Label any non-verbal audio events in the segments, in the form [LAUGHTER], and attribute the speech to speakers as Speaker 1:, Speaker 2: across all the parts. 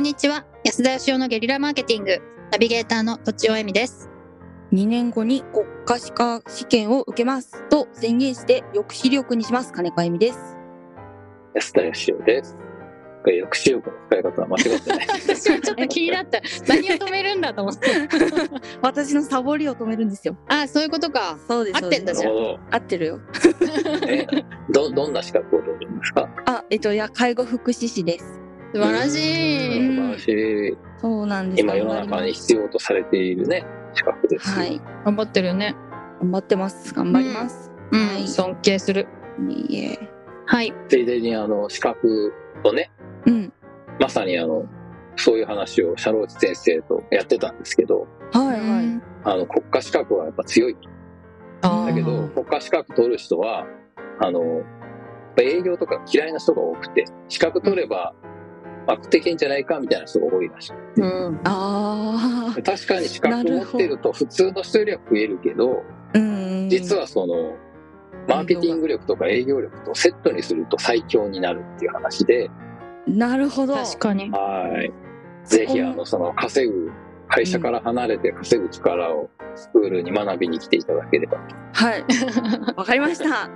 Speaker 1: にちは安田義雄のゲリラマーケティングナビゲーターの土地尾恵美です
Speaker 2: 2年後に国家資格試験を受けますと宣言して抑止力にします金子由美です
Speaker 3: 安田義雄です。これ抑止力の使い方は間違ってない。
Speaker 1: 私もちょっと気になった [LAUGHS] 何を止めるんだと思って
Speaker 2: 私のサボりを止めるんですよ
Speaker 1: あそういうことか
Speaker 2: そうです
Speaker 1: 合ってんだ
Speaker 3: な
Speaker 1: じ
Speaker 3: る
Speaker 1: ゃん
Speaker 3: ほ
Speaker 2: 合ってるよ
Speaker 3: ど。ね、ど、どんな資格を取るんですか
Speaker 2: あえっといや介護福祉士です
Speaker 1: 素晴らし
Speaker 3: う
Speaker 1: い
Speaker 3: ん素晴らしい。
Speaker 2: そうなんです
Speaker 3: 今世の中に必要とされているね、資格です。
Speaker 2: はい
Speaker 1: 頑張ってるよね
Speaker 2: 頑張ってます頑張ります、
Speaker 1: う
Speaker 2: は
Speaker 1: ん
Speaker 2: い
Speaker 1: 尊敬する
Speaker 2: いいえ
Speaker 1: はい
Speaker 3: ついでに、あの、資格とね、
Speaker 2: うん
Speaker 3: まさにあの、そういう話をシャローチ先生とやってたんですけど、
Speaker 2: はいはい、
Speaker 1: うん
Speaker 3: あの、国家資格はやっぱ強い。
Speaker 1: あー
Speaker 3: だけど、国家資格取る人は、あの、やっぱ営業とか嫌いな人が多くて、資格取れば悪的んじゃないかみたいな人が多いらしい。
Speaker 1: うん
Speaker 2: ああ
Speaker 3: 確かに資格を持ってると普通の人よりは増えるけど
Speaker 2: うん
Speaker 3: 実はそのマーケティング力とか営業力とセットにすると最強になるっていう話で、
Speaker 2: なるほど
Speaker 1: 確かに
Speaker 3: はい、ぜひあのその稼ぐ会社から離れて稼ぐ力をスクールに学びに来ていただければ、
Speaker 2: [LAUGHS] はいわかりましたあ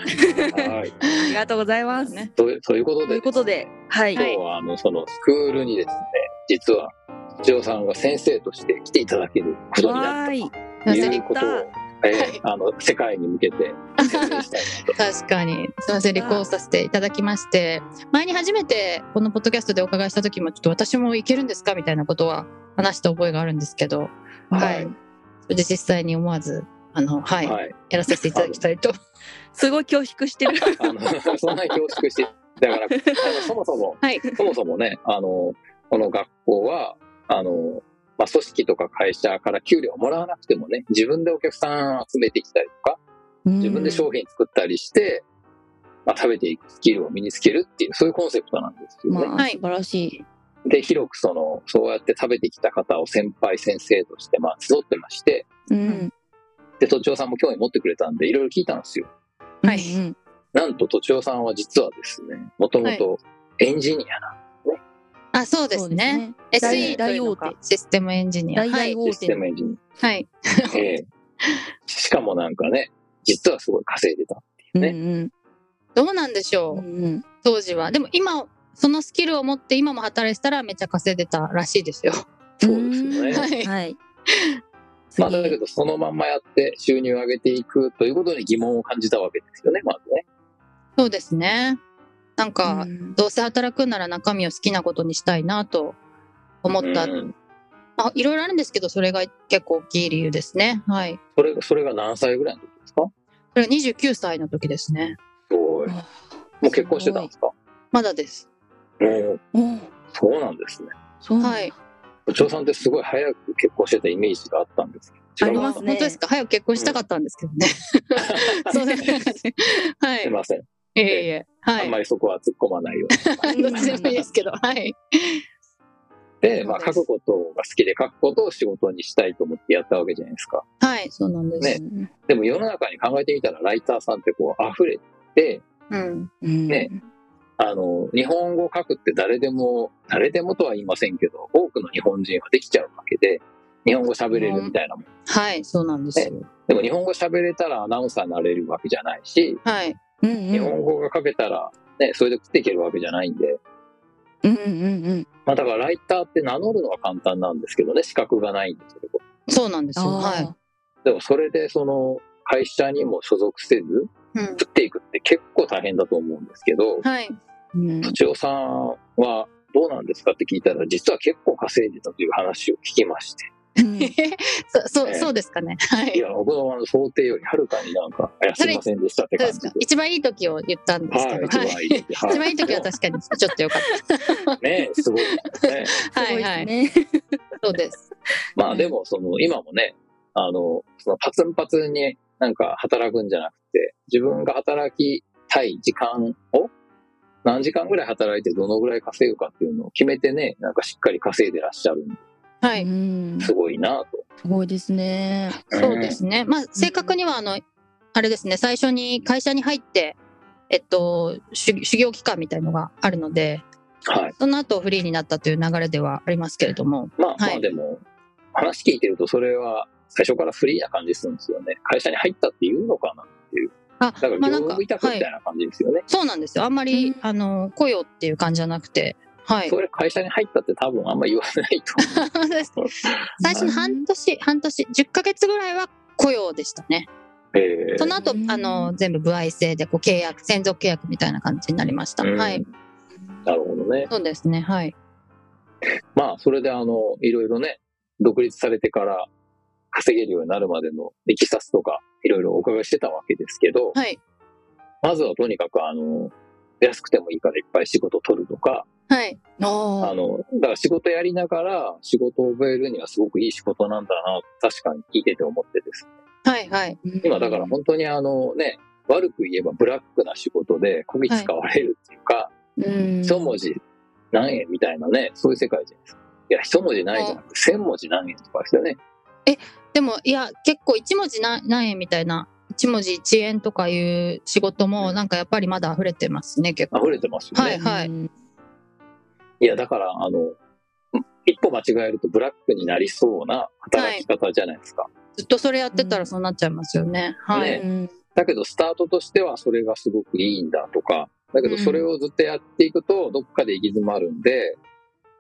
Speaker 3: はい、
Speaker 2: りがとうございます、
Speaker 1: ね
Speaker 3: というということ
Speaker 2: とい
Speaker 3: で
Speaker 2: うことではい、
Speaker 3: 今日はあのそのスクールにですね実は土尾さんが先生として来ていただけることにな
Speaker 2: わ
Speaker 3: った
Speaker 2: ーい
Speaker 3: と
Speaker 1: や
Speaker 3: いうことを
Speaker 2: やっ、
Speaker 3: えーあの世界に向
Speaker 2: [LAUGHS]
Speaker 3: けて説明したい
Speaker 1: 確かにすみませんリ
Speaker 2: あ
Speaker 1: コーさせていただきまして前に初めてこのポッドキャストでお伺いした時もちょっと私も行けるんですかみたいなことは話した覚えがあるんですけどはい、
Speaker 3: はい
Speaker 1: それで実際に思わずあのはい、
Speaker 3: なと。はい
Speaker 1: やらさせていただきたいと
Speaker 2: すごい恐縮してる
Speaker 3: あの [LAUGHS] そんなに恐縮してだ
Speaker 2: [LAUGHS]
Speaker 3: からあのそもそも
Speaker 1: はい
Speaker 3: そもそもねあのこの学校はあの、まあ、組織とか会社から給料をもらわなくてもね自分でお客さん集めてきたりとか自分で商品作ったりして、まあ、食べていくスキルを身につけるっていうそういうコンセプトなんですよね。
Speaker 2: まあ、
Speaker 1: はい
Speaker 2: 素晴らしい
Speaker 3: で広くそのそうやって食べてきた方を先輩先生としてまあ集ってまして
Speaker 2: うん
Speaker 3: で都庁さんも興味持ってくれたんでいろいろ聞いたんですよ。
Speaker 1: はい
Speaker 2: うん
Speaker 3: なんと、とちおさんは実はですね、もともとエンジニアな、
Speaker 1: あそうですね。
Speaker 2: そうです
Speaker 1: SE
Speaker 2: ね
Speaker 1: というの
Speaker 2: 大大
Speaker 1: か
Speaker 2: 大
Speaker 1: システムエンジニア
Speaker 2: 大
Speaker 1: は
Speaker 2: 大
Speaker 1: い、
Speaker 2: 大
Speaker 3: シス
Speaker 2: 手
Speaker 3: テムエンジニ
Speaker 1: はい、
Speaker 3: ア。ええしかもなんかね、実はすごい稼いでた。ね
Speaker 2: うん
Speaker 1: どうなんでし
Speaker 2: う
Speaker 1: ょうん
Speaker 2: うん
Speaker 1: 当時はでも今そのスキルを持って今も働いてたらめっちゃ稼いでたらしいですよ。 [LAUGHS]
Speaker 3: そうですよ
Speaker 1: は
Speaker 3: ね。
Speaker 1: い、
Speaker 2: はい
Speaker 3: まあ、だけど、そのまんまやって収入を上げていくということに疑問を感じたわけですよね、まずね。
Speaker 1: そうですねなんか、
Speaker 2: うん
Speaker 1: どうせ働くんなら中身を好きなことにしたいなと思った、
Speaker 3: うん
Speaker 1: あいろいろあるんですけどそれが結構大きい理由ですねはい
Speaker 3: それそれが何歳ぐらいの時ですか
Speaker 1: それが29歳の時ですね
Speaker 3: すごい。もう結婚してたんですか
Speaker 1: まだです
Speaker 3: うん、
Speaker 2: おう
Speaker 3: そうなんですね。
Speaker 2: そうなんだ
Speaker 1: はい
Speaker 3: とちおさんってすごい早く結婚してたイメージがあったんですけ
Speaker 2: あ
Speaker 3: ど。違
Speaker 2: り
Speaker 3: う
Speaker 2: ますね
Speaker 1: 本当ですか早く結婚したかったんですけど
Speaker 2: [LAUGHS]
Speaker 1: ね、そうですねは
Speaker 3: すい
Speaker 1: い
Speaker 3: ません。
Speaker 1: いえいえいえは
Speaker 3: あんま
Speaker 1: い
Speaker 3: りそこは突っ込まないように。
Speaker 1: どっちでもいいです
Speaker 3: [LAUGHS]
Speaker 1: けどはい
Speaker 3: で、
Speaker 2: そう
Speaker 3: まあ、
Speaker 2: です
Speaker 3: 書くことが好きで書くことを仕事にしたいと思ってやったわけじゃないですか。
Speaker 1: はいそうなんです、
Speaker 3: ねでも世の中に考えてみたらライターさんってこう溢れて、
Speaker 1: うん
Speaker 2: うん
Speaker 3: ねあの、日本語を書くって誰でも、誰でもとは言いませんけど、多くの日本人はできちゃうわけで、日本語喋れるみたいなもん。
Speaker 1: はいそうなんですよ、
Speaker 3: でも日本語喋れたらアナウンサーになれるわけじゃないし、
Speaker 1: はい
Speaker 2: うん
Speaker 3: 日本語が書けたら、ね、それで食っていけるわけじゃないんで、
Speaker 2: うんうんうん
Speaker 3: まあだからライターって名乗るのは簡単なんですけどね、資格がないんですけど。
Speaker 1: そうなんですよはい、
Speaker 2: あ
Speaker 3: でもそれでその会社にも所属せず、
Speaker 1: うん
Speaker 3: 食っていくって結構大変だと思うんですけど、
Speaker 1: はい [LAUGHS]
Speaker 2: ーうん
Speaker 3: とちおさんはどうなんですかって聞いたら、実は結構稼いでたという話を聞きまして、
Speaker 2: うん
Speaker 1: そそ
Speaker 3: え
Speaker 1: う
Speaker 3: え
Speaker 1: そうですかねはい
Speaker 3: いや、僕のあの想定よりはるかになんか、あいやすいませんでしたって
Speaker 1: そう
Speaker 3: 感
Speaker 1: です
Speaker 3: じで
Speaker 1: か。一番いい時を言ったんですけど、
Speaker 3: はい
Speaker 1: は
Speaker 3: 一番いい時
Speaker 1: い
Speaker 3: はい
Speaker 1: [LAUGHS] 一番いい時は確かにちょっと良かっ
Speaker 3: ね、すごいですね。
Speaker 1: た。はいは
Speaker 2: す
Speaker 1: い、
Speaker 2: ごいですね
Speaker 1: そうです。
Speaker 3: まあでも、その今もね、あの、そのパツンパツンになんか働くんじゃなくて、自分が働きたい時間を何時間ぐらい働いてどのぐらい稼ぐかっていうのを決めてね、なんかしっかり稼いでらっしゃるんで
Speaker 1: は
Speaker 2: う
Speaker 1: い、
Speaker 2: ん
Speaker 3: すごいなと。
Speaker 2: すごいですね
Speaker 1: そうですね。まあ正確にはあのあれですね、最初に会社に入って。えっと、修修行期間みたいのがあるので
Speaker 3: はい。
Speaker 1: その後フリーになったという流れではありますけれども、
Speaker 3: まあ、
Speaker 1: はい
Speaker 3: まあでも、話聞いてるとそれは最初からフリーな感じするんですよね。会社に入ったっていうのかな。
Speaker 1: あ
Speaker 3: だから
Speaker 1: まあな
Speaker 3: 業
Speaker 1: んか
Speaker 3: 務委託み
Speaker 1: は
Speaker 3: たい
Speaker 1: い、
Speaker 3: な感じですよね。
Speaker 1: そうなんですよあんまり、
Speaker 2: うん
Speaker 1: あの雇用っていう感じじゃなくてはい
Speaker 3: それ会社に入ったって多分あんま言わないと思う。
Speaker 1: [LAUGHS] そうです最初の半年半年10ヶ月ぐらいは雇用でしたね [LAUGHS]
Speaker 3: え
Speaker 1: その後
Speaker 2: うん
Speaker 1: あの全部歩合制でこう契約専属契約みたいな感じになりました、
Speaker 3: うん
Speaker 1: はい
Speaker 3: なるほどね。
Speaker 1: そうですねはい
Speaker 3: まあ、それであの、いろいろね、独立されてから稼げるようになるまでのいきさつとか、いろいろお伺いしてたわけですけど、
Speaker 1: はい
Speaker 3: まずはとにかくあの、安くてもいいからいっぱい仕事取るとか、
Speaker 1: はい
Speaker 3: あ
Speaker 2: あ
Speaker 3: の、だから仕事やりながら仕事を覚えるにはすごくいい仕事なんだな、確かに聞いてて思ってです。
Speaker 1: はいはい
Speaker 3: 今だから本当にあのね、悪く言えばブラックな仕事でこぎ使われるっていうか、一文字何円みたいなね、そういう世界じゃないですか。いや、一文字ないじゃなくて、千文字何円とかですよね。
Speaker 1: でもいや結構1文字な何円みたいな1文字1円とかいう仕事もなんかやっぱりまだ溢れてますね結構
Speaker 3: 溢れてますよ
Speaker 1: はい
Speaker 3: ね。い、
Speaker 1: はい
Speaker 3: や、だから、あの、うん一歩間違えるとブラックになりそうな働き方じゃないですか。
Speaker 1: ずっとそれやってた
Speaker 2: う
Speaker 1: ら
Speaker 2: ん
Speaker 1: そうなっちゃいますよねはい、
Speaker 3: ねだけど、スタートとしてはそれがすごくいいんだとか、だけどそれをずっとやっていくと、どっかで行き詰まるんで、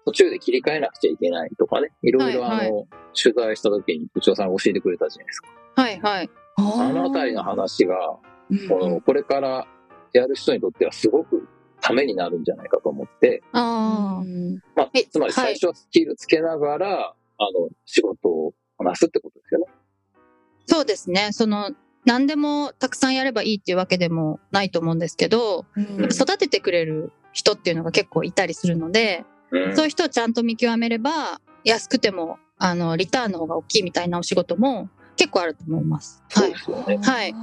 Speaker 3: 途中で切り替えなくちゃいけないとかね、いろいろあの、
Speaker 1: はい
Speaker 3: 取材した時に部長さんが教えてくれたじゃないですか。
Speaker 1: はいはい
Speaker 3: あのあたりの話が、この、これからやる人にとってはすごくためになるんじゃないかと思って、
Speaker 1: ああ
Speaker 3: まあ
Speaker 1: え、
Speaker 3: つまり
Speaker 1: はい
Speaker 3: 最初はスキルつけながら、あの、仕事をこなすってことですよね。
Speaker 1: そうですねその何でもたくさんやればいいっていうわけでもないと思うんですけど
Speaker 3: うん
Speaker 1: 育ててくれる人っていうのが結構いたりするので、
Speaker 3: うん
Speaker 1: そういう人をちゃんと見極めれば、安くても、あの、リターンの方が大きいみたいなお仕事も結構あると思います。は
Speaker 3: そう
Speaker 1: い
Speaker 3: で。すよね。
Speaker 1: はい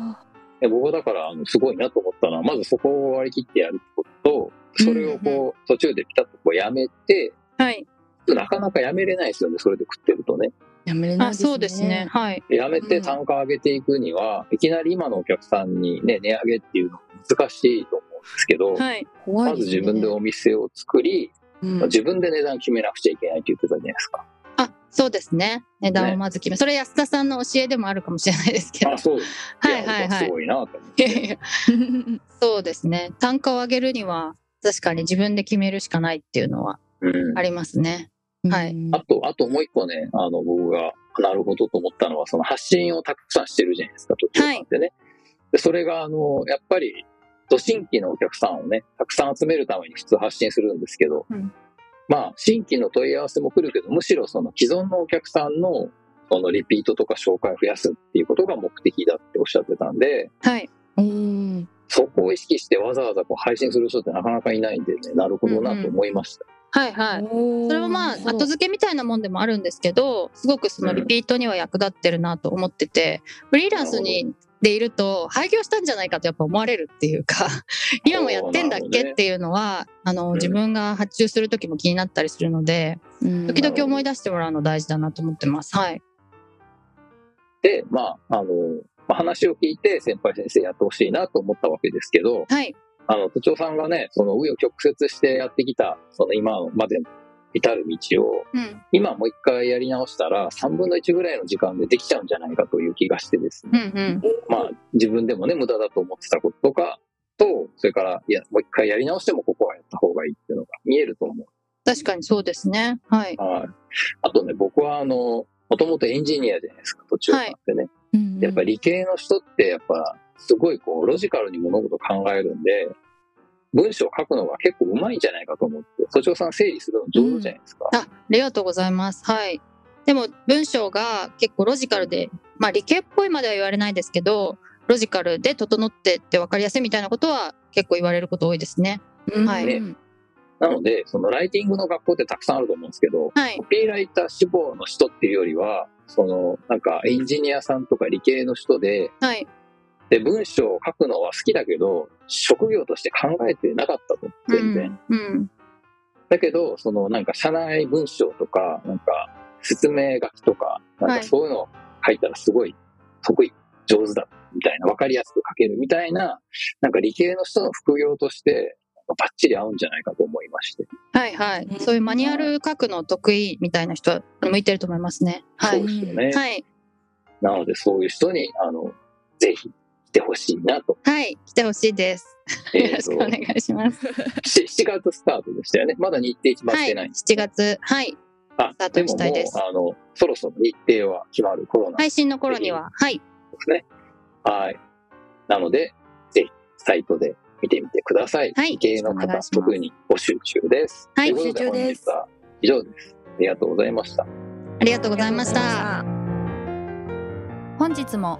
Speaker 3: で僕はだから、あの、すごいなと思ったのは、まずそこを割り切ってやることと、それを
Speaker 1: うんう
Speaker 3: こう、途中でピタッとこうやめて、
Speaker 1: はい。
Speaker 3: なかなかやめれないですよね、それで食ってるとね。
Speaker 2: やめれない
Speaker 1: あ、そうですね。。はい。
Speaker 3: やめ
Speaker 2: う
Speaker 3: て
Speaker 2: ん
Speaker 3: 単価上げていくには、いきなり今のお客さんにね、値上げっていうのは難しいと思うんですけど、
Speaker 1: はい。
Speaker 2: 怖い
Speaker 3: ま
Speaker 2: で
Speaker 3: ず
Speaker 2: すね
Speaker 3: 自分でお店を作り、
Speaker 2: うん
Speaker 3: まあ自分で値段決めなくちゃいけないって言ってたじゃないですか。
Speaker 1: あ、そうですね。値段
Speaker 3: ね
Speaker 1: をまず決め、それ安田さんの教えでもあるかもしれないですけど。
Speaker 3: あ、そうです。
Speaker 1: はいはい
Speaker 3: や
Speaker 1: は
Speaker 3: す
Speaker 1: い
Speaker 3: ごいなと思っ
Speaker 1: い
Speaker 3: て。
Speaker 1: やいや。 [LAUGHS] そうですね。単価を上げるには、確かに自分で決めるしかないっていうのは
Speaker 3: うん
Speaker 1: ありますね。はい
Speaker 2: うん
Speaker 3: あと、あともう一個ね、あの、僕が、なるほどと思ったのは、その発信をたくさんしてるじゃないですか、途中さんってね。で、それが、あの、やっぱり、ド新規のお客さんをね、たくさん集めるために普通発信するんですけど、
Speaker 1: うん
Speaker 3: まあ、新規の問い合わせも来るけど、むしろその既存のお客さんの、そのリピートとか紹介を増やすっていうことが目的だっておっしゃってたんで、
Speaker 1: はい。
Speaker 2: うん
Speaker 3: そこを意識してわざわざこう配信する人ってなかなかいないんでね、なるほどなと思いました。
Speaker 1: はいはい。
Speaker 2: おー
Speaker 1: それはまあ、
Speaker 2: そう
Speaker 1: 後付けみたいなもんでもあるんですけど、すごくそのリピートには役立ってるなと思ってて、フリーランスにでいると、廃業したんじゃないかとやっぱ思われるっていう
Speaker 2: [LAUGHS]
Speaker 1: か、今もやってんだっ
Speaker 3: なるほど
Speaker 1: け
Speaker 3: ね
Speaker 1: っていうのは、あの、
Speaker 3: ん
Speaker 1: 自分が発注する時も気になったりするので、
Speaker 2: うん
Speaker 1: 時々思い出してもらうの大事だなと思ってます。はい。
Speaker 3: で、まあ、あの、まあ話を聞いて先輩先生やってほしいなと思ったわけですけど、
Speaker 1: はい。
Speaker 3: あの、都庁さんがね、その紆余曲折してやってきた、その今まで至る道を、
Speaker 1: うん。
Speaker 3: 今もう一回やり直したら、3分の1ぐらいの時間でできちゃうんじゃないかという気がしてです
Speaker 1: う
Speaker 3: ね。
Speaker 1: んうん。
Speaker 3: まあ、自分でもね、無駄だと思ってたこととか、と、それから、いや、もう一回やり直してもここはやった方がいいっていうのが見えると思う。
Speaker 1: 確かにそうですね。はい。
Speaker 3: はい。あとね、僕はあの、もともとエンジニアじゃないですか、都庁さんってね。
Speaker 2: うん
Speaker 3: やっぱ理系の人ってやっぱすごいこうロジカルに物事を考えるんで、文章を書くのが結構うまいんじゃないかと思って、都庁さん整理するの上手じゃないですか。
Speaker 1: あ、ありがとうございます。はい。でも文章が結構ロジカルで、まあ理系っぽいまでは言われないですけど、ロジカルで整ってって分かりやすいみたいなことは結構言われること多いですね。
Speaker 2: うん
Speaker 1: はい
Speaker 3: ねなので、そのライティングの学校ってたくさんあると思うんですけど、
Speaker 1: はい
Speaker 3: コ。ピーライター志望の人っていうよりは、そのなんかエンジニアさんとか理系の人で、
Speaker 1: はい。
Speaker 3: で文章を書くのは好きだけど、職業として考えてなかったと、全然。
Speaker 1: うん。うん。
Speaker 3: だけど、そのなんか社内文章とか、なんか説明書きとか、なん
Speaker 1: は
Speaker 3: か
Speaker 1: い
Speaker 3: そういうのを書いたらすごい得意、上手だ、みたいな、わかりやすく書けるみたいな、なんか理系の人の副業として、バッチリ合うんじゃないかと思いまして。
Speaker 2: はいはい
Speaker 4: うん。
Speaker 2: そういうマニュアル書くの得意みたいな人は向いてると思いますね。は
Speaker 3: そう
Speaker 2: い。
Speaker 3: ですよね。
Speaker 2: はい。
Speaker 3: なので、そういう人に、あの、ぜひ来てほしいな
Speaker 2: [LAUGHS]
Speaker 3: と。
Speaker 2: はい。来てほしいです。よ
Speaker 3: え
Speaker 2: ろ
Speaker 3: ー
Speaker 2: し
Speaker 3: と
Speaker 2: くお願いします。
Speaker 3: し7月スタートでしたよね。まだ日程決まっ
Speaker 2: はい。
Speaker 3: てない。
Speaker 2: 7月。はい。
Speaker 3: あ
Speaker 2: スター
Speaker 3: で
Speaker 2: ト
Speaker 3: も
Speaker 2: したいです
Speaker 3: もう、あの、そろそろ日程は決まる頃なんで
Speaker 2: 配信の頃には。はい。
Speaker 3: すね。はい。なので、ぜひ、サイトで見てみてください。
Speaker 2: はい
Speaker 3: 理系の
Speaker 2: お願い
Speaker 3: 方
Speaker 2: し、ます
Speaker 3: 特に募集中です。
Speaker 2: はい
Speaker 3: ということ
Speaker 4: 募集中
Speaker 3: で、
Speaker 4: で
Speaker 3: 本
Speaker 4: す
Speaker 3: 日は以上です。ありがとうございました。
Speaker 2: ありがとうございました。
Speaker 1: 本日も